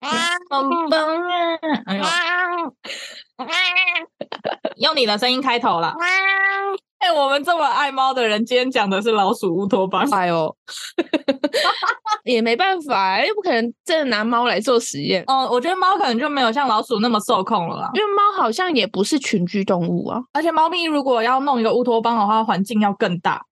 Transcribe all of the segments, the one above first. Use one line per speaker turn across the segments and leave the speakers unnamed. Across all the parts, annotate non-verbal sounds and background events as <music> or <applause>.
很棒啊！哎呦，用你的声音开头了。哎、我们这么爱猫的人，今天讲的是老鼠乌托邦。
哎呦， <laughs> 也没办法，啊又不可能真的拿猫来做实验，
哦，我觉得猫可能就没有像老鼠那么受控了啦。
因为猫好像也不是群居动物啊。
而且猫咪如果要弄一个乌托邦的话，环境要更大。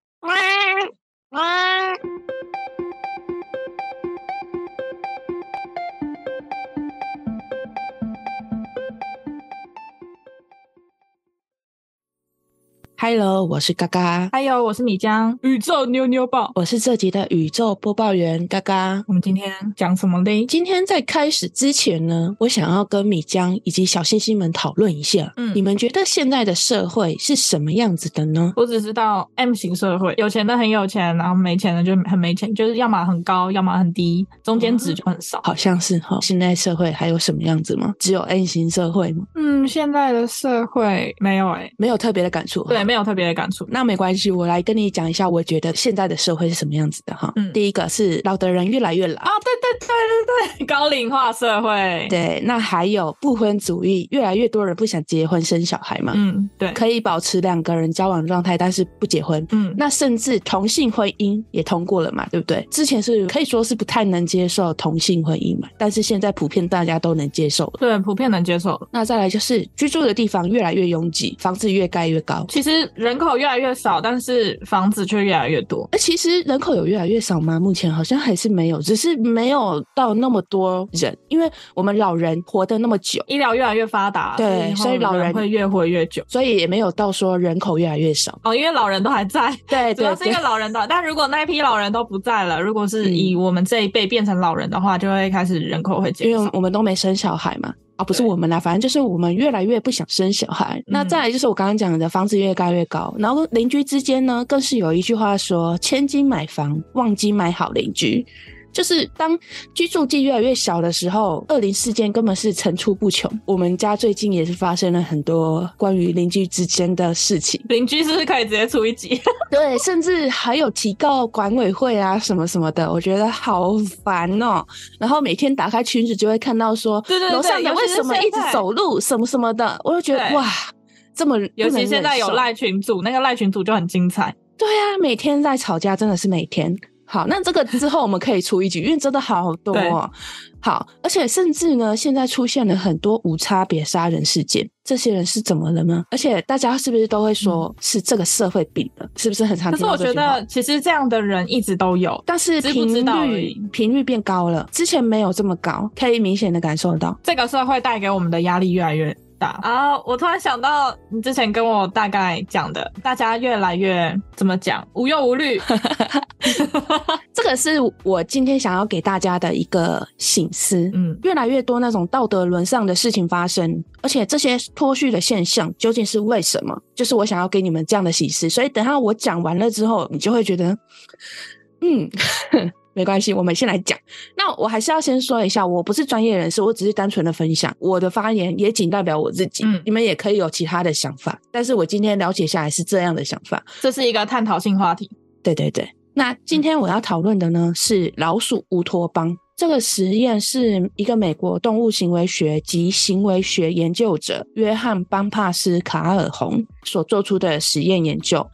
Hello，我是嘎嘎，
还有，我是米江，宇宙妞妞报。
我是这集的宇宙播报员嘎嘎。
我们今天讲什么嘞？
今天在开始之前呢，我想要跟米江以及小星星们讨论一下，
嗯
你们觉得现在的社会是什么样子的呢？
我只知道 M 型社会，有钱的很有钱，然后没钱的就很没钱，就是要么很高，要么很低，中间值就很少。
好像是哈，现在社会还有什么样子吗？只有 N 型社会吗？
嗯，现在的社会没有哎、
没有特别的感触。
对，，没有特别的感触。
那没关系，我来跟你讲一下，我觉得现在的社会是什么样子的哈。
嗯
第一个是老的人越来越老，
啊，对对对对对，高龄化社会。，
对，那还有不婚主义，越来越多人不想结婚生小孩嘛，
嗯，对，
啊可以保持两个人交往状态，但是不结婚。
嗯，
那甚至同性婚姻也通过了嘛，对不对？之前是可以说是不太能接受同性婚姻嘛，但是现在普遍大家都能接受了。
对，普遍能接受。
那再来就是居住的地方越来越拥挤，房子越盖越高。
其实人口越来越少，但是房子却越来越多。
那其实人口有越来越少吗？目前好像还是没有，只是没有到那么多人，因为我们老人活得那么久，
医疗越来越发达，
对所
以
以
后
老人
会越活越久。
所以也没有到说人口越来越少。
哦，因为老人都还在，
对
主
对
要是因
对
为，老人的。但如果那一批老人都不在了，如果是
嗯
以我们这一辈变成老人的话，就会开始人口会减
因为
少。
我们都没生小孩嘛。啊，不是
对
我们啦，反正就是我们越来越不想生小孩。那再来就是我刚刚讲的，房子越盖越高，然后邻居之间呢，更是有一句话说：“千金买房，万金买好邻居。”就是当居住地越来越小的时候，恶邻事件根本是层出不穷。我们家最近也是发生了很多关于邻居之间的事情，
邻居是不是可以直接出一集？
对，甚至还有提告管委会啊什么什么的，我觉得好烦哦。然后每天打开群组就会看到说，
对对对
楼上的
尤其
为
是
什么一直
现在
走路什么什么的，我就觉得
对
哇，这么
<laughs> 尤
不能
其现在
忍
有
受
赖群组，那个赖群组就很精彩。
对啊，每天在吵架，真的是每天。好，那这个之后我们可以出一集，因为真的好多、哦。好，而且甚至呢，现在出现了很多无差别杀人事件，这些人是怎么了吗？而且大家是不是都会说是这个社会病了？是不是很常
嗯可
啊听
是
到
我
这
觉
句话？
得，其实这样的人一直都有，
但是
知不
频
知道而
率
已
频率变高了，之前没有这么高，可以明显的感受到。
这个社会带给我们的压力越来越大啊！我突然想到你之前跟我大概讲的，大家越来越怎么讲无忧无虑，
这个是我今天想要给大家的一个醒思。
<laughs> 嗯，
越来越多那种道德沦丧的事情发生，而且这些脱序的现象究竟是为什么？就是我想要给你们这样的启示。所以等下我讲完了之后，你就会觉得，嗯， <laughs> 没关系，我们先来讲。那我还是要先说一下，我不是专业人士，我只是单纯的分享我的发言，也仅代表我自己。
嗯
你们也可以有其他的想法，但是我今天了解下来是这样的想法。
这是一个探讨性话题。
对对对。那今天我要讨论的呢是老鼠乌托邦。这个实验是一个美国动物行为学及行为学研究者约翰·邦帕斯·卡尔洪所做出的实验研究。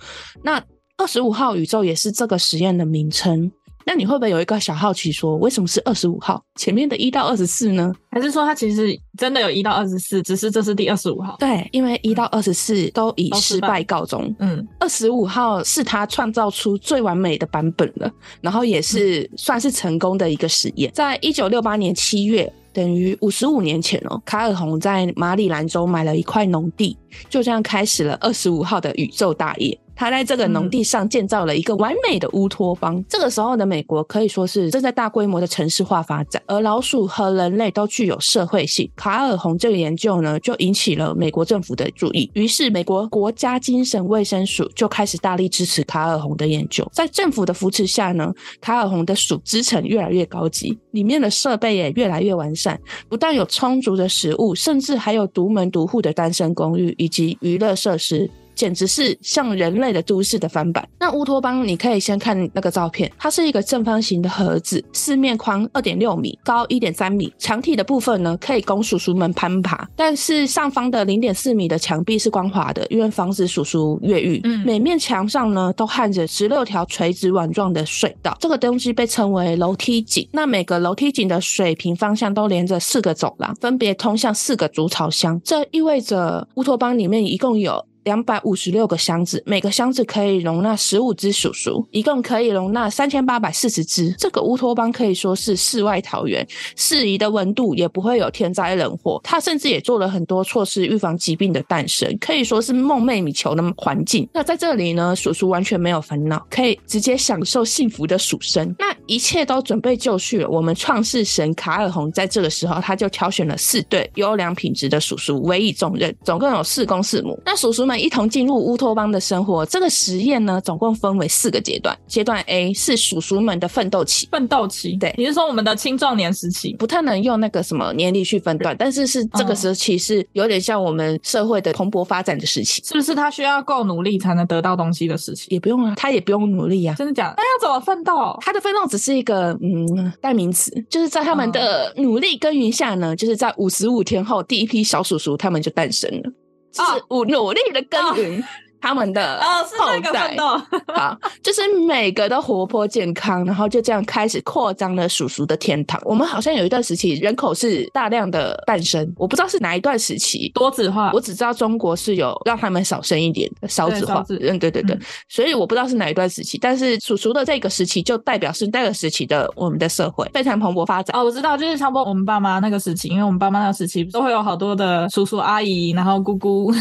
那二十五号宇宙也是这个实验的名称。那你会不会有一个小好奇说，为什么是二十五号？前面的一到二十四呢？
还是说它其实真的有一到二十四，只是这是第二十五号？
对，因为一到二十四都以
都失
失败
败
告终，
嗯，
二十五号是他创造出最完美的版本了，然后也是算是成功的一个实验。在一九六八年七月，等于五十五年前哦，卡尔洪在马里兰州买了一块农地，就这样开始了二十五号的宇宙大业。他在这个农地上建造了一个完美的乌托邦。这个时候的美国可以说是正在大规模的城市化发展，而老鼠和人类都具有社会性。卡尔洪这个研究呢，就引起了美国政府的注意，于是美国国家精神卫生署就开始大力支持卡尔洪的研究。在政府的扶持下呢，卡尔洪的鼠之城越来越高级，里面的设备也越来越完善，不但有充足的食物，甚至还有独门独户的单身公寓以及娱乐设施简直是像人类的都市的翻版。那乌托邦，你可以先看那个照片，它是一个正方形的盒子，四面宽二点六米，高一点三米。墙体的部分呢，可以供叔叔们攀爬，但是上方的零点四米的墙壁是光滑的，因为防止叔叔越狱。
嗯
每面墙上呢都焊着十六条垂直碗状的隧道，这个东西被称为楼梯井。那每个楼梯井的水平方向都连着四个走廊，分别通向四个筑巢箱。这意味着乌托邦里面一共有。两百五十六个箱子，每个箱子可以容纳十五只鼠鼠，一共可以容纳三千八百四十只。这个乌托邦可以说是世外桃源，适宜的温度也不会有天灾人祸。它甚至也做了很多措施预防疾病的诞生，可以说是梦寐以求的环境。那在这里呢，鼠鼠完全没有烦恼，可以直接享受幸福的鼠生。那一切都准备就绪了，我们创世神卡尔洪在这个时候，他就挑选了四对优良品质的鼠鼠委以重任，总共有四公四母。那鼠鼠们一同进入乌托邦的生活。这个实验呢，总共分为四个阶段。阶段 A 是鼠鼠们的奋斗期，
奋斗期，
对
你是说我们的青壮年时期？
不太能用那个什么年龄去分段，但是是
嗯
这个时期是有点像我们社会的蓬勃发展的时期，
是不是他需要够努力才能得到东西的事情？
也不用啊，他也不用努力啊。
真的假的？那要怎么奋斗？
他的奋斗只是一个嗯代名词，就是在他们
哦
的努力耕耘下呢，就是在五十五天后，第一批小鼠鼠他们就诞生
哦
了，就是我努力的耕耘 <laughs> 他们的
哦，是
后
那个
代
奋。斗，
好，就是每个都活泼健康，然后就这样开始扩张了鼠鼠的天堂。我们好像有一段时期人口是大量的诞生，我不知道是哪一段时期。
多子化
我。只知道中国是有让他们少生一点的少子
对
化
少子，
嗯，对对对，
嗯
所以我不知道是哪一段时期，但是鼠鼠的这个时期就代表是那个时期的我们的社会非常蓬勃发展。
哦，我知道，就是差不多我们爸妈那个时期，因为我们爸妈那个时期都会有好多的叔叔阿姨，然后姑姑，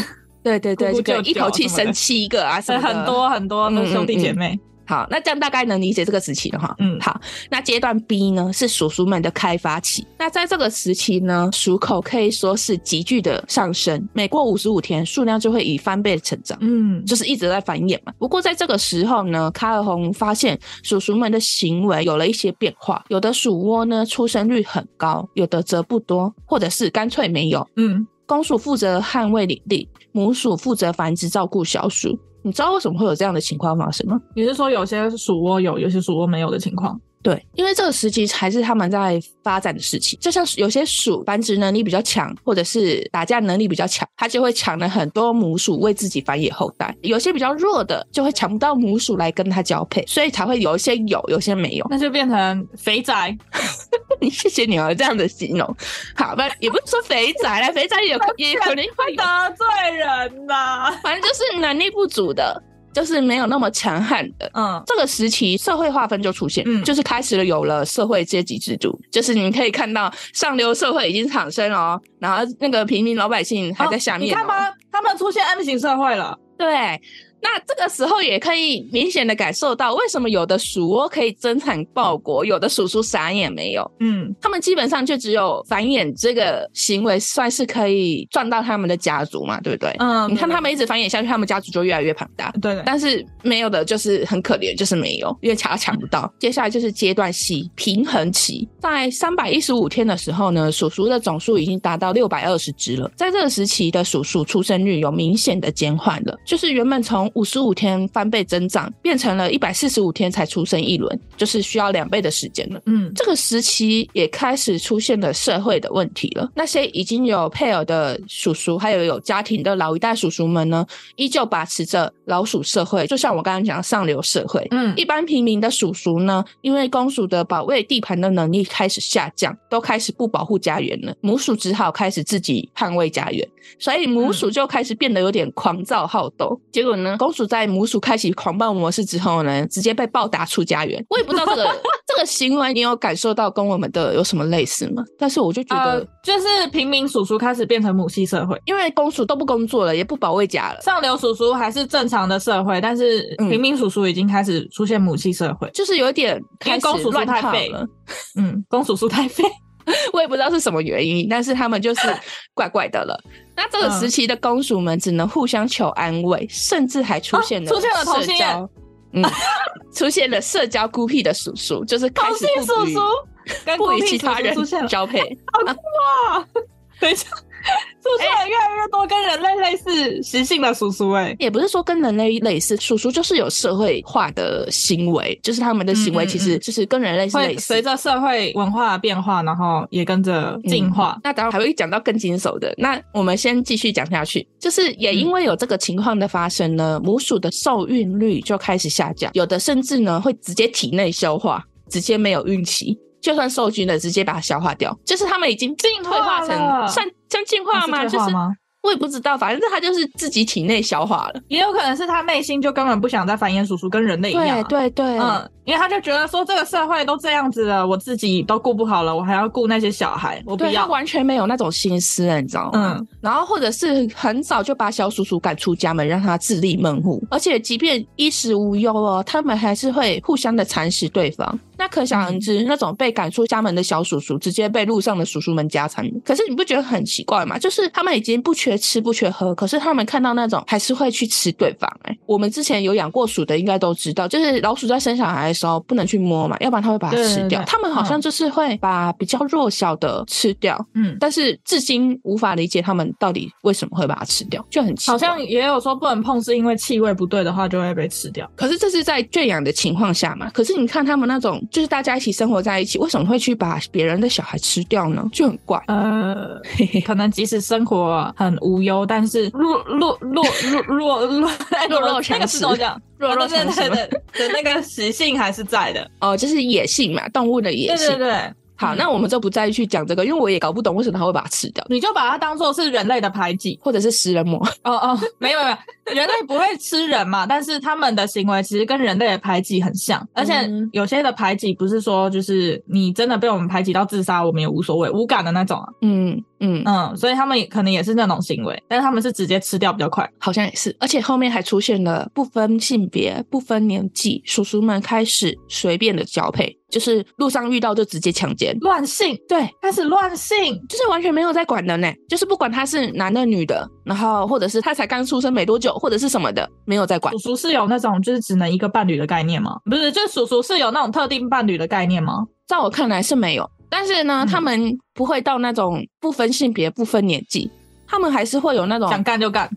对对对，
姑
这
姑舅
个
舅
一头气
什么的
生七个
<laughs>
啊，什么的嗯
很多很多的兄弟姐妹。
好，那这样大概能理解这个时期了哈。
嗯
好，那阶段 B 呢是鼠鼠们的开发期。那在这个时期呢，鼠口可以说是急剧的上升，每过五十五天，数量就会以翻倍的成长。
嗯，
就是一直在繁衍嘛。不过在这个时候呢，卡尔洪发现鼠鼠们的行为有了一些变化，有的鼠窝呢出生率很高，有的则不多，或者是干脆没有。
嗯，
公鼠负责捍卫领地，母鼠负责繁殖照顾小鼠。你知道为什么会有这样的情况发生吗？
你是说有些鼠窝有，有些鼠窝没有的情况？
对，因为这个时期还是他们在发展的时期，就像有些鼠繁殖能力比较强，或者是打架能力比较强，它就会抢了很多母鼠为自己繁衍后代；有些比较弱的，就会抢不到母鼠来跟它交配，所以才会有一些有，有些没有。 <laughs>
那就变成肥宅，
你谢谢你哦，这样的形容，好吧，也不是说肥宅啦，肥宅也有可也可能会有，
得罪人呐、
反正就是能力不足的，就是没有那么强悍的。
嗯，
这个时期社会划分就出现，
嗯
就是开始了有了社会阶级制度，就是你可以看到上流社会已经产生了哦，然后那个平民老百姓还在下
哦你
面、哦
看？吧，他们出现 M 型社会了。
对。那这个时候也可以明显的感受到，为什么有的鼠窝可以增产报国，有的鼠鼠啥也没有。
嗯，
他们基本上就只有繁衍这个行为，算是可以赚到他们的家族嘛，对不对？
嗯
你看他们一直繁衍下去，他们家族就越来越庞大。
对对，
但是没有的就是很可怜，就是没有，因为抢抢不到。接下来就是阶段 C 平衡期，在三百一十五天的时候呢，鼠鼠的总数已经达到六百二十只了。在这个时期的鼠鼠出生率有明显的减缓了，就是原本从五十五天翻倍增长，变成了一百四十五天才出生一轮，就是需要两倍的时间了。
嗯，
这个时期也开始出现了社会的问题了。那些已经有配偶的叔叔，还有有家庭的老一代叔叔们呢，依旧把持着老鼠社会，就像我刚刚讲的上流社会。
嗯
一般平民的叔叔呢，因为公鼠的保卫地盘的能力开始下降，都开始不保护家园了，母鼠只好开始自己捍卫家园。所以母鼠就开始变得有点狂躁好斗。嗯结果呢，公鼠在母鼠开启狂暴模式之后呢，直接被暴打出家园。我也不知道这 <laughs> 个这个行为，你有感受到跟我们的有什么类似吗？但是我就觉得，
呃，就是平民叔叔开始变成母系社会，
因为公鼠都不工作了，也不保卫家了。
上流叔叔还是正常的社会，但是
嗯
平民叔叔已经开始出现母系社会。
就是有点开始
因为公鼠
乱
太
套
废
了，
嗯，公叔叔太废。
我也不知道是什么原因，但是他们就是
<laughs>
怪怪的了。那这个时
嗯
期的公鼠们只能互相求安慰，甚至还出现
<laughs>
了
啊出现了同
社
性
交
恋，
嗯，出现了社交孤僻的叔叔，就是开
同
始
性
不
叔
与
叔跟
不
孤
与
僻
其 <laughs>
叔
他
叔
人
出现了，
交配。
哇！啊等一下，出现
哎
了越来越多跟人类类似习性的叔叔、哎，
也不是说跟人类类似，叔叔就是有社会化的行为，就是他们的行
嗯
为
嗯
其实
嗯
就是跟人类是
会
类似
随。着社会文化的变化，然后也跟着进化。
那当然还会讲到更经手的。那我们先继续讲下去，就是也因为有这个情况的发生呢，母鼠的受孕率就开始下降，有的甚至呢会直接体内消化，直接没有孕期。就算受精了，直接把它消化掉，就是他们已经进退
化
化成
了
算算哦进化吗？
那哦是
就
退化
是
吗
我也不知道，反正它就是自己体内消化了。
也有可能是他内心就根本不想再繁衍叔叔，跟人类一样啊、
对对，
嗯，因为他就觉得说这个社会都这样子了，我自己都顾不好了，我还要顾那些小孩，我不
对他
要。
完全没有那种心思欸了，你知道吗？
嗯，
然后或者是很早就把小鼠鼠赶出家门，让它自立门户。而且即便衣食无忧哦，他们还是会互相的蚕食对方。那可想而知，那种被赶出家门的小鼠鼠，直接被路上的鼠鼠们夹残。可是你不觉得很奇怪吗？就是他们已经不缺吃不缺喝，可是他们看到那种还是会去吃对方、哎，我们之前有养过鼠的，应该都知道，就是老鼠在生小孩的时候不能去摸嘛，要不然它会把它
对
吃
对
掉。
对
他们好像
嗯
就是会把比较弱小的吃掉。
嗯，
但是至今无法理解他们到底为什么会把它吃掉，就很奇怪。
好像也有说不能碰，是因为气味不对的话就会被吃掉。
可是这是在圈养的情况下嘛？可是你看他们那种，就是大家一起生活在一起，为什么会去把别人的小孩吃掉呢？就很怪。
<laughs> 呃，
嘿嘿
可能即使生活很无忧，但是弱弱弱弱弱 <laughs> 弱
弱弱
哎那
强
个是
食
怎么 <laughs> 讲？啊
弱弱
对
强食
对
嘛
对对的那个习性还是在 <laughs> 的。
哦，就是野性嘛，动物的野
对
性。
对对，
好，
嗯
那我们就不再去讲这个，因为我也搞不懂为什么他会把它吃掉，
你就把它当做是人类的排挤。
或者是食人魔。 <laughs>
哦哦，没有没有，人类不会吃人嘛，但是他们的行为其实跟人类的排挤很像，而且
嗯
有些的排挤不是说就是你真的被我们排挤到自杀，我们也无所谓，无感的那种啊。
嗯嗯，
嗯，所以他们也可能也是那种行为，但是他们是直接吃掉比较快。
好像也是，而且后面还出现了不分性别、不分年纪，叔叔们开始随便的交配，就是路上遇到就直接强奸。
乱性
对，
开始乱性，
就是完全没有在管的呢，就是不管他是男的女的，然后或者是他才刚出生没多久，或者是什么的，没有在管
叔。叔是有那种就是只能一个伴侣的概念吗？不是，就是叔叔是有那种特定伴侣的概念吗？
在我看来是没有，但是呢，
嗯
他们不会到那种不分性别、不分年纪，他们还是会有那种
想干就干，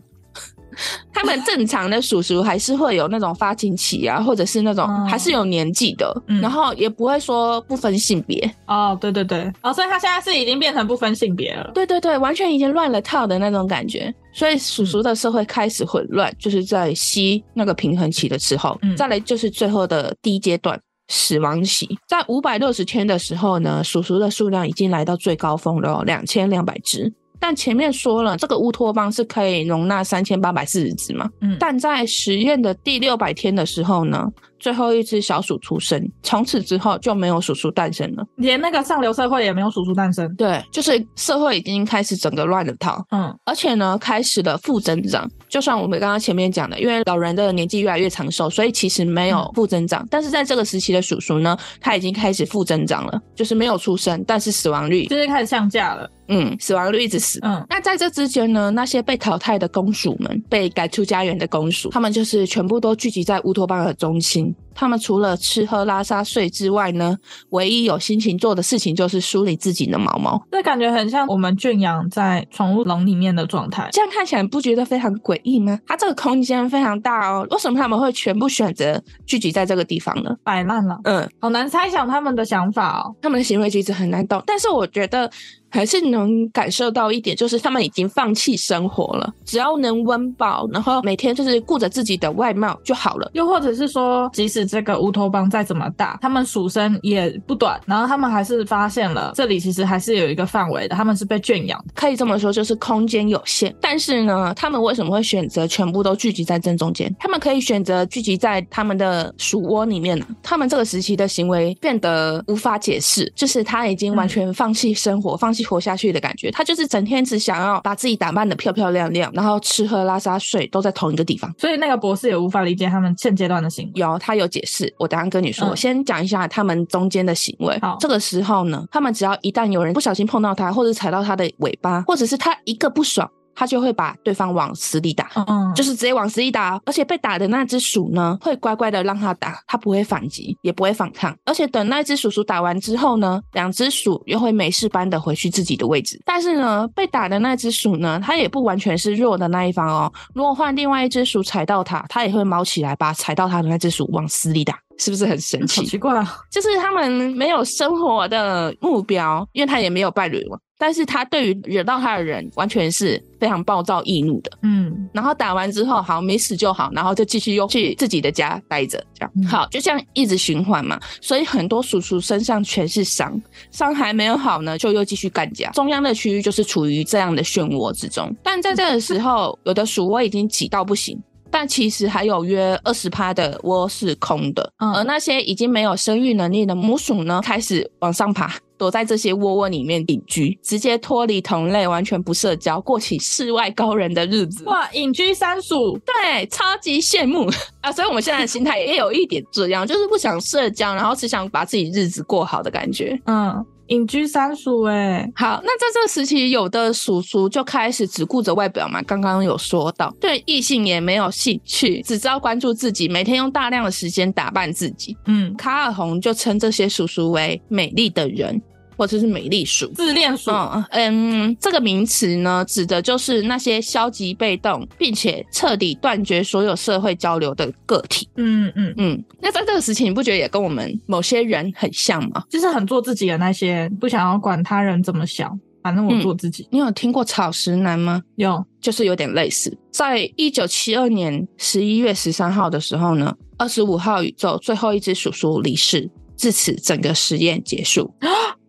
他们正常的叔叔还是会有那种发情期啊，或者是那种
嗯
还是有年纪的，
嗯
然后也不会说不分性别。
哦，对对对，哦，所以他现在是已经变成不分性别了。
对对对，完全已经乱了套的那种感觉。所以叔叔的社会开始混乱，就是在吸那个平衡期的时候，
嗯
再来就是最后的第一阶段。死亡期在五百六十天的时候呢，鼠鼠的数量已经来到最高峰了、哦，两千两百只。但前面说了，这个乌托邦是可以容纳三千八百四十只嘛？
嗯
但在实验的第六百天的时候呢，最后一只小鼠出生，从此之后就没有鼠鼠诞生了。
连那个上流社会也没有叔叔诞生。
对，就是社会已经开始整个乱了套。
嗯
而且呢，开始了负增长。就像我们刚刚前面讲的，因为老人的年纪越来越长寿，所以其实没有负增长。但是在这个时期的鼠鼠呢，它已经开始负增长了，就是没有出生，但是死亡率，
就是开始降价了。
嗯，死亡率一直死。
嗯，
那在这之间呢，那些被淘汰的公鼠们，被赶出家园的公鼠，他们就是全部都聚集在乌托邦的中心。他们除了吃喝拉撒睡之外呢，唯一有心情做的事情就是梳理自己的毛毛。
这感觉很像我们圈养在宠物笼里面的状态。
这样看起来你不觉得非常诡异吗？它这个空间非常大哦，为什么他们会全部选择聚集在这个地方呢？
摆烂了，
嗯，
好难猜想他们的想法哦。
他们的行为举止很难懂，但是我觉得还是能感受到一点，就是他们已经放弃生活了，只要能温饱，然后每天就是顾着自己的外貌就好了。
又或者是说，即使这个乌托邦再怎么大，他们鼠生也不短，然后他们还是发现了这里其实还是有一个范围的，他们是被圈养的。
可以这么说，就是空间有限。但是呢，他们为什么会选择全部都聚集在正中间？他们可以选择聚集在他们的鼠窝里面呢。他们这个时期的行为变得无法解释，就是他已经完全放弃生活、放弃活下去的感觉。他就是整天只想要把自己打扮得漂漂亮亮，然后吃喝拉撒睡都在同一个地方。
所以那个博士也无法理解他们现阶段的行为。
有，他有解释，我等一下跟你说。
嗯
我先讲一下他们中间的行为。
好
这个时候呢，他们只要一旦有人不小心碰到他，或者踩到他的尾巴，或者是他一个不爽。他就会把对方往死里打，
嗯嗯，
就是直接往死里打哦，而且被打的那只鼠呢，会乖乖的让他打，它不会反击，也不会反抗。而且等那只鼠鼠打完之后呢，两只鼠又会没事般的回去自己的位置。但是呢，被打的那只鼠呢，它也不完全是弱的那一方哦。如果换另外一只鼠踩到它，它也会猫起来，把踩到它的那只鼠往死里打。是不是很神
好
奇？
奇怪啊，
就是他们没有生活的目标，因为他也没有伴侣嘛。但是他对于惹到他的人，完全是非常暴躁易怒的。
嗯，
然后打完之后，好没死就好，然后就继续又去自己的家待着，这样、
嗯
好，就这样一直循环嘛。所以很多叔叔身上全是伤，伤还没有好呢，就又继续干架。中央的区域就是处于这样的漩涡之中。但在这个时候，有的鼠窝已经挤到不行。但其实还有约二十趴的窝是空的，
嗯
而那些已经没有生育能力的母鼠呢，开始往上爬，躲在这些窝窝里面隐居，直接脱离同类，完全不社交，过起世外高人的日子。
哇，隐居三鼠，
对，超级羡慕啊！所以我们现在的心态也有一点这样，就是不想社交，然后只想把自己日子过好的感觉。
嗯，隐居三鼠，哎，
好，那在这个时期，有的叔叔就开始只顾着外表嘛，刚刚有说到，对异性也没有兴趣，只知道关注自己，每天用大量的时间打扮自己。
嗯，
卡尔红就称这些叔叔为美丽的人，或者是美丽鼠。
自恋鼠，
嗯嗯，这个名词呢，指的就是那些消极被动，并且彻底断绝所有社会交流的个体。
嗯嗯，
嗯，那在这个时期，你不觉得也跟我们某些人很像吗？
就是很做自己的那些，不想要管他人怎么想，反
嗯
正我做自己。
你有听过草食男吗？
有，
就是有点类似。在一九七二年十一月十三号的时候呢，二十五号宇宙最后一只鼠鼠离世，至此整个实验结束，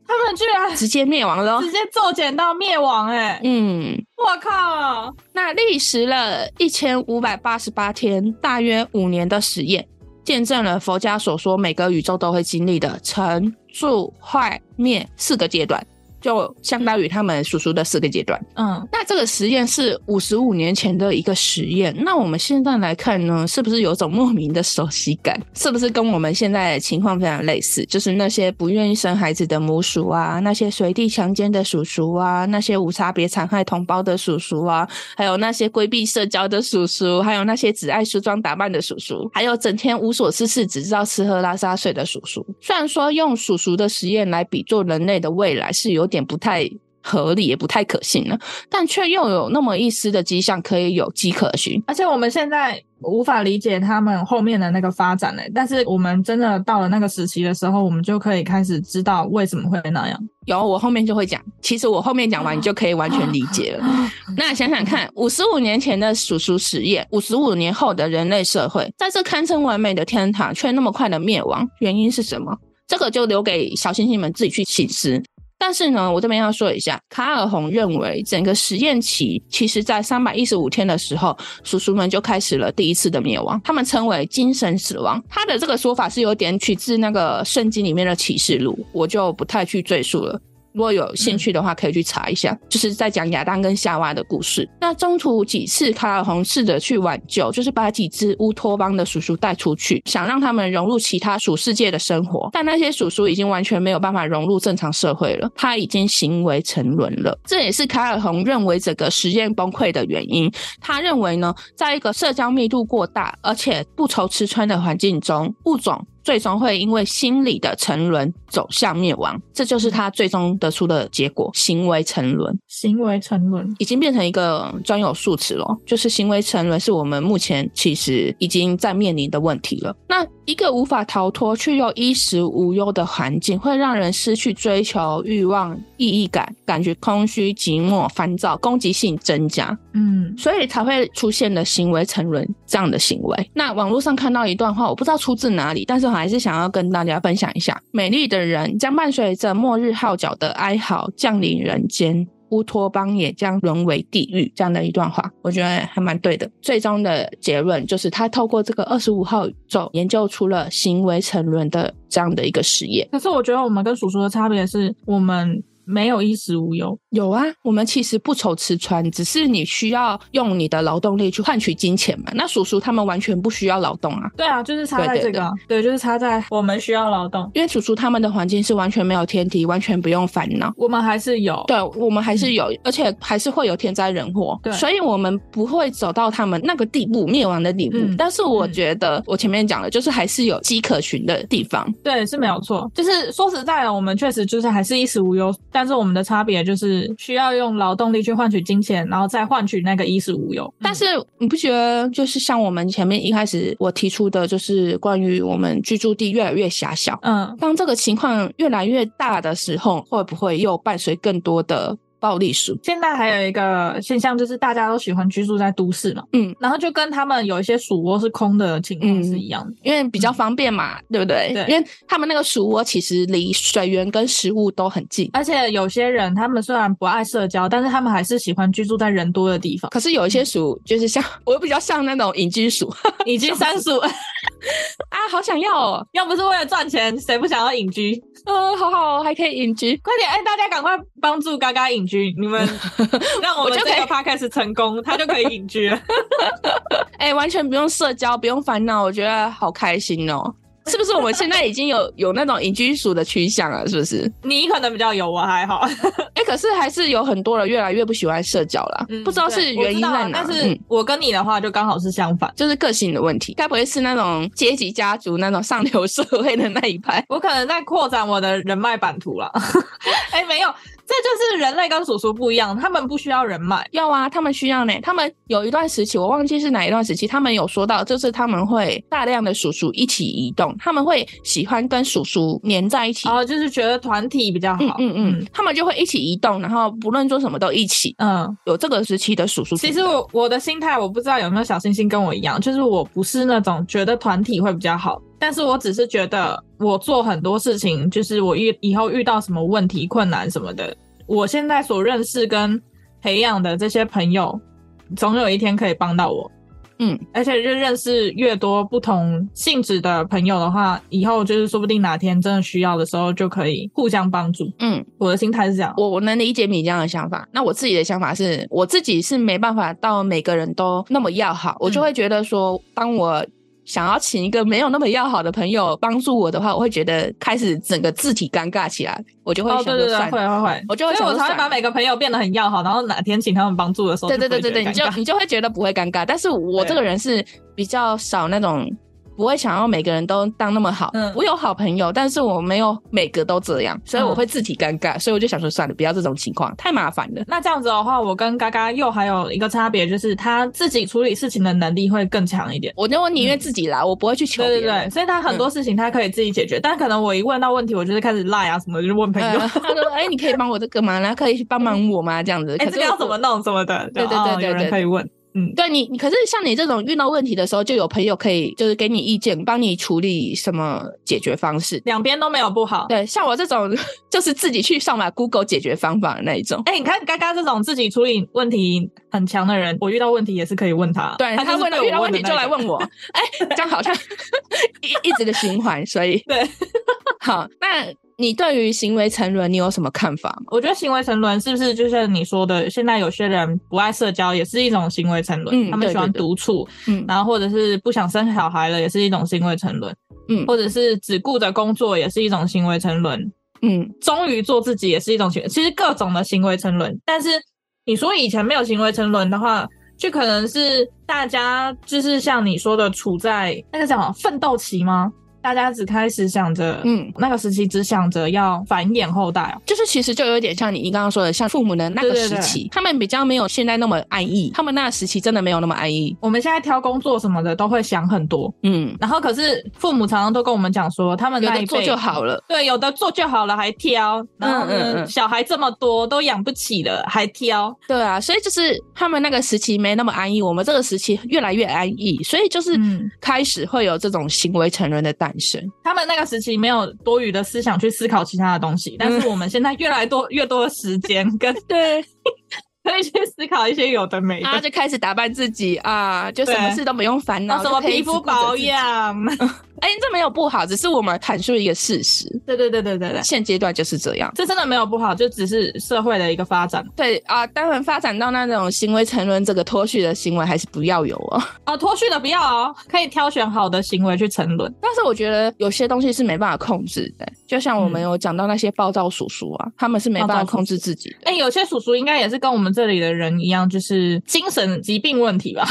他们居然 <laughs>
直接灭亡喽
直。接骤减到灭亡、哎、
嗯，
我靠！
那历时了一千五百八十八天，大约五年的实验，见证了佛家所说每个宇宙都会经历的成、住、坏、灭四个阶段，就相当于他们叔叔的四个阶段。
嗯，
那这个实验是五十五年前的一个实验，那我们现在来看呢，是不是有种莫名的熟悉感？ <laughs> 是不是跟我们现在的情况非常类似？就是那些不愿意生孩子的母鼠啊，那些随地强奸的鼠鼠啊，那些无差别残害同胞的鼠鼠啊，还有那些规避社交的鼠鼠，还有那些只爱梳妆打扮的鼠鼠，还有整天无所事事只知道吃喝拉撒睡的鼠鼠。虽然说用鼠鼠的实验来比作人类的未来是有点不太。合理也不太可信了，但却又有那么一丝的迹象可以有迹可循。
而且我们现在无法理解他们后面的那个发展呢、欸但是我们真的到了那个时期的时候，我们就可以开始知道为什么会那样。
有，我后面就会讲。其实我后面讲完，你就可以完全理解了。那想想看，五十五年前的鼠鼠实验，五十五年后的人类社会，在这堪称完美的天堂，却那么快的灭亡，原因是什么？这个就留给小星星们自己去醒思。但是呢，我这边要说一下，卡尔洪认为整个实验期，其实在三百一十五天的时候，叔叔们就开始了第一次的灭亡，他们称为精神死亡。他的这个说法是有点取自那个圣经里面的启示录，我就不太去赘述了。如果有兴趣的话，可以去查一下，就是在讲亚当跟夏娃的故事。那中途几次，卡尔洪试着去挽救，就是把几只乌托邦的鼠鼠带出去，想让他们融入其他鼠世界的生活。但那些鼠鼠已经完全没有办法融入正常社会了，它已经行为沉沦了。这也是卡尔洪认为整个实验崩溃的原因。他认为呢，在一个社交密度过大，而且不愁吃穿的环境中，物种最终会因为心理的沉沦走向灭亡。这就是他最终得出的结果：行为沉沦
行为沉沦，
已经变成一个专有术词了。就是行为沉沦是我们目前其实已经在面临的问题了。那一个无法逃脱却又衣食无忧的环境，会让人失去追求、欲望、意义感，感觉空虚、寂寞、烦躁，攻击性增加。
嗯，
所以才会出现的行为沉沦这样的行为。那网络上看到一段话，我不知道出自哪里，但是我还是想要跟大家分享一下：美丽的人将伴随着末日号角的哀嚎降临人间。乌托邦也将沦为地狱，这样的一段话，我觉得还蛮对的。最终的结论就是，他透过这个二十五号宇宙研究出了行为沉沦的这样的一个实验。
可是我觉得我们跟叔叔的差别是，我们没有衣食无忧。
有啊，我们其实不愁吃穿，只是你需要用你的劳动力去换取金钱嘛。那叔叔他们完全不需要劳动啊，
对啊，就是差在
对对
这个啊，对，就是差在我们需要劳动，
因为叔叔他们的环境是完全没有天敌，完全不用烦恼。
我们还是有。
对我们还是有，而且还是会有天灾人祸，
嗯对
所以我们不会走到他们那个地步，灭亡的地步。
嗯
但是我
嗯
觉得，我前面讲的就是还是有机可循的地方。
对，是没有错。就是说实在的，啊我们确实就是还是衣食无忧，但是我们的差别就是需要用劳动力去换取金钱，然后再换取那个衣食无忧。
但是你不觉得，就是像我们前面一开始我提出的，就是关于我们居住地越来越狭小，
嗯，
当这个情况越来越大的时候，会不会又伴随更多的暴力数？
现在还有一个现象就是大家都喜欢居住在都市嘛，
嗯，
然后就跟他们有一些鼠窝是空的情况是一样的。
因为比较方便嘛，对不对？
嗯对
因为他们那个鼠窝其实离水源跟食物都很近，
而且有些人他们虽然不爱社交，但是他们还是喜欢居住在人多的地方。
可是有一些鼠，就是像我又比较像那种隐居鼠 <laughs>
已经三十五， <laughs>
啊，好想要哦，
要不是为了赚钱，谁不想要隐居？
呃，好好哦，还可以隐居。
快点，哎、大家赶快帮助嘎嘎隐居，
<laughs>
你们让我
我
们
就
这
可以
个 podcast 成功，他就可以隐居
<laughs>
了。
哎、完全不用社交，不用烦恼，我觉得好开心哦。是不是我们现在已经有 <laughs> 有那种隐居鼠的趋向了？是
<laughs>
不是？
你可能比较有，我还好。
哎、可是还是有很多人越来越不喜欢社交啦，
嗯
不知道是
对我
原因
知道啊
在哪。
但是
嗯
我跟你的话就刚好是相反，
就是个性的问题，该不会是那种阶级家族那种上流社会的那一派？
我可能在扩展我的人脉版图了。 <laughs> 哎、没有，这就是人类跟鼠鼠不一样，他们不需要人脉。
要啊，他们需要呢。他们有一段时期，我忘记是哪一段时期，他们有说到，就是他们会大量的鼠鼠一起移动，他们会喜欢跟鼠鼠粘在一起。
然后就是觉得团体比较
嗯
哦好。
嗯嗯，他们就会一起移动，然后不论做什么都一起。
嗯
有这个时期的鼠鼠，
其实我我的心态，我不知道有没有小星星跟我一样，就是我不是那种觉得团体会比较好，但是我只是觉得我做很多事情，就是我遇以后遇到什么问题、困难什么的，我现在所认识跟培养的这些朋友，总有一天可以帮到我。
嗯，
而且就认识越多不同性质的朋友的话，以后就是说不定哪天真的需要的时候就可以互相帮助。
嗯，
我的心态是这样。
我我能理解你这样的想法。那我自己的想法是，我自己是没办法到每个人都那么要好，
嗯
我就会觉得说，当我想要请一个没有那么要好的朋友帮助我的话，我会觉得开始整个字体尴尬起来，我就会
哦，
想
对
着
对对，
算
会
了。
会会，
我就会
所以我
想说
才会
算了
把每个朋友变得很要好，然后哪天请他们帮助的时候，
对对对对对，你就
就
你就会觉得不会尴尬。但是我
对
这个人是比较少那种。不会想要每个人都当那么好，
嗯
我有好朋友，但是我没有每个都这样，所以我
嗯
会自己尴尬，所以我就想说算了，不要这种情况，太麻烦
<laughs>
了。
那这样子的话，我跟嘎嘎又还有一个差别，就是他自己处理事情的能力会更强一点。
我就我宁愿自己来，我不会去
嗯
求
对
别
对对，。
人
所以他很多事情他可以自己解决，但可能我一问到问题，我就是开始赖啊什么的，就是问朋 <laughs> 友，
呃，他说：“哎、你可以帮我这个吗？然后可以帮忙我吗？这样子。
哎、
可
这
是
个要
我
怎么？弄什么的，
对
就
对对
哦
对
有人
对
可以问，嗯，
对你，你可是像你这种遇到问题的时候，就有朋友可以就是给你意见，帮你处理什么解决方式。
两边都没有不好。
对，像我这种 <laughs> 就是自己去上网 Google 解决方法的那一种。
哎、你看嘎嘎这种自己处理问题很强的人，我遇到问题也是可以问他，
对，
他
他
就是
问
被我
遇到问
的
题
那
就来
种 <laughs>
问我，哎、这样好像 <laughs> 一一直的循环，所以
对，
好，那你对于行为沉沦，你有什么看法吗？
我觉得行为沉沦是不是就像你说的，现在有些人不爱社交也是一种行为沉沦，
嗯
他们
对
喜欢
对对
独处，
嗯
然后或者是不想生小孩了，也是一种行为沉沦，
嗯
或者是只顾着工作也是一种行为沉沦，
嗯，
忠于做自己也是一种行为，其实各种的行为沉沦。但是你说以前没有行为沉沦的话，就可能是大家就是像你说的，处在那个叫什么奋斗期吗？大家只开始想着，
嗯，
那个时期只想着要繁衍后代哦。
就是其实就有点像你刚刚说的，像父母的那个
对对
时
对
期，他们比较没有现在那么安逸，他们那个时期真的没有那么安逸。
我们现在挑工作什么的都会想很多，
嗯，
然后可是父母常常都跟我们讲说，他们
有
那一
的做
辈
就，好了。
对，有的做就好了，还挑，然后呢，
嗯嗯嗯
小孩这么多都养不起了，还挑，
对啊，所以就是他们那个时期没那么安逸，我们这个时期越来越安逸，所以就是
嗯
开始会有这种行为成人的诞生。
他们那个时期没有多余的思想去思考其他的东
嗯
西，但是我们现在越来多 <laughs> 越多的时间跟
<laughs> 对，
<laughs>
啊
可以去思考一些有的没的，
他就开始打扮自己啊，就什么
对
事都不用烦
然
恼，
后什么
就可以
皮
一直
肤
顾着
保
自己。
养， <laughs>
哎、哎、这没有不好，只是我们阐述一个事实，
对对对对对对，
现阶段就是这样。
这真的没有不好，就只是社会的一个发展。
对啊、当然发展到那种行为沉沦这个脱序的行为还是不要有哦。
哦，脱序的不要哦，可以挑选好的行为去沉沦。
但是我觉得有些东西是没办法控制的，就像我们
嗯
有讲到那些暴躁叔叔啊，他们是没办
暴
法
躁叔
控制自己的。
哎，有些叔叔应该也是跟我们这里的人一样，就是精神疾病问题吧？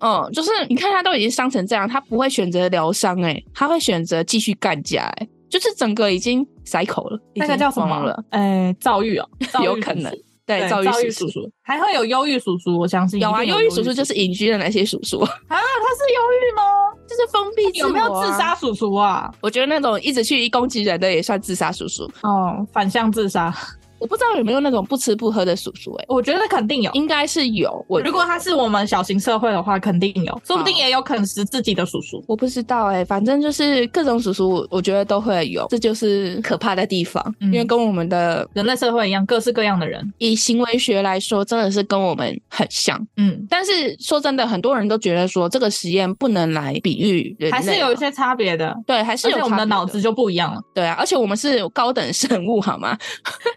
嗯，就是你看他都已经伤成这样，他不会选择疗伤，哎，他会选择继续干架、哎，就是整个已经 psycho 了，
<laughs>
已
那个
经
叫什么
疯了？，
哎，躁郁哦，躁郁
有可能
叔叔
对，
对
躁郁
躁郁
叔叔
还会有忧郁叔叔，我相信
有啊，
一定
忧
有
郁叔叔就是隐居的那些叔叔，
<laughs> 啊，他是忧郁吗？
就是封闭自我、
有没有自？杀叔叔啊？
我觉得那种一直去攻击人的也算自杀叔叔。
哦，反向自杀，
我不知道有没有那种不吃不喝的叔叔、哎，
我觉得肯定有。
应该是有。我
如果他是我们小型社会的话，肯定有，说不
嗯
定也有啃食自己的叔叔。
我不知道哎、反正就是各种叔叔，我觉得都会有，这就是可怕的地方，
嗯
因为跟我们的
人类社会一样，各式各样的人。
以行为学来说，真的是跟我们很像。
嗯，
但是说真的，很多人都觉得说这个实验不能来比喻人类，啊
还是有一些差别的，
对，还是
而
有
且我们
差
的
别
脑子就不一样了。
对啊，而且我们是高等生物好吗？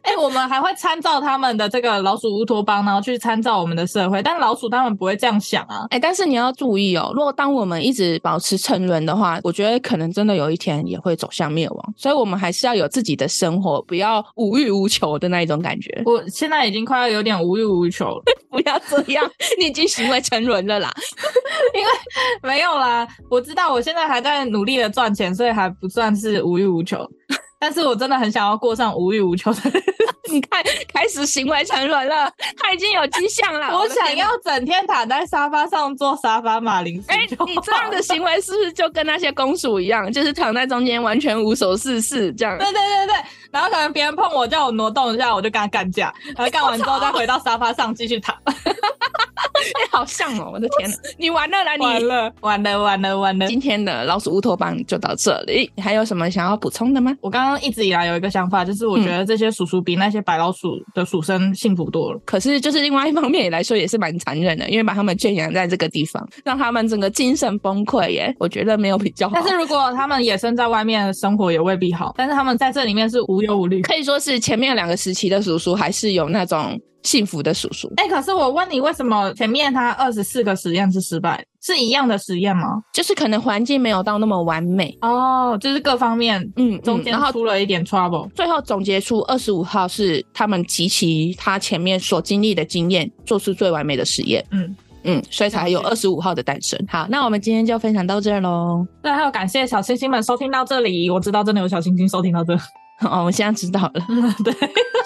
哎、我们还会参照他们的这个老鼠乌托邦，然后去参照我们的社会，但老鼠他们不会这样想啊。
哎、但是你要注意哦，如果当我们一直保持沉沦的话，我觉得可能真的有一天也会走向灭亡，所以我们还是要有自己的生活，不要无欲无求的那一种感觉。
我现在已经快要有点无欲无求了， <laughs>
<laughs> 不要这样，你已经行为沉沦了啦。 <laughs>
没有啦，我知道我现在还在努力的赚钱，所以还不算是无欲无求。但是我真的很想要过上无欲无求的日子，
你看，开始行为沉沦了，他已经有迹象了。
<laughs> 我
啊的
想
天哪。
要整天躺在沙发上做沙发马铃薯
哎、
就好了。<laughs>
<laughs> 你这样的行为是不是就跟那些公主一样，就是躺在中间完全无所事事这样？
对对对对，然后可能别人碰我，叫我挪动一下，我就跟他干架，然后干完之后再回到沙发上继续躺。
哎、 <laughs> 好像哦，我的
<laughs>
天哪，你完了啦
完
你！
了，完了，完了，完了！
今天的老鼠乌托邦就到这里，还有什么想要补充的吗？
我刚刚一直以来有一个想法，就是我觉得这些鼠鼠比那些白老鼠的鼠生幸福多了。
可是，就是另外一方面也来说，也是蛮残忍的，因为把他们圈养在这个地方，让他们整个精神崩溃耶。我觉得没有比较好，
但是如果他们野生在外面的生活也未必好，但是他们在这里面是无忧无虑。
可以说是前面两个时期的叔叔，还是有那种幸福的叔叔，
哎、可是我问你，为什么前面他二十四个实验是失败的？是一样的实验吗？
就是可能环境没有到那么完美，
哦，就是各方面
嗯，
中
嗯
间
然后
出了一点 trouble。
最后总结出二十五号是他们集齐他前面所经历的经验，做出最完美的实验，
嗯
嗯，所以才有
了
二十五号的诞生。好，那我们今天就分享到这儿喽。
对，还有感谢小星星们收听到这里，我知道真的有小星星收听 <laughs> 到这。
哦，我现在知道了。 <laughs>
嗯，对。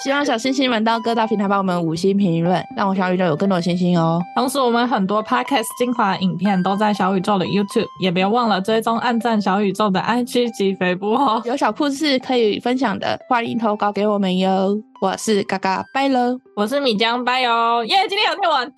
希望小星星们到各大平台帮我们五星评论，让我小宇宙有更多的星星哦。
同时，我们很多 podcast 精华影片都在小宇宙的 YouTube，也别忘了追踪、按赞小宇宙的 IG 及肥波哦。
有小故事可以分享的，欢迎投稿给我们哟。我是嘎嘎，拜喽。
哦我是米江，拜哟！耶，今天有听完。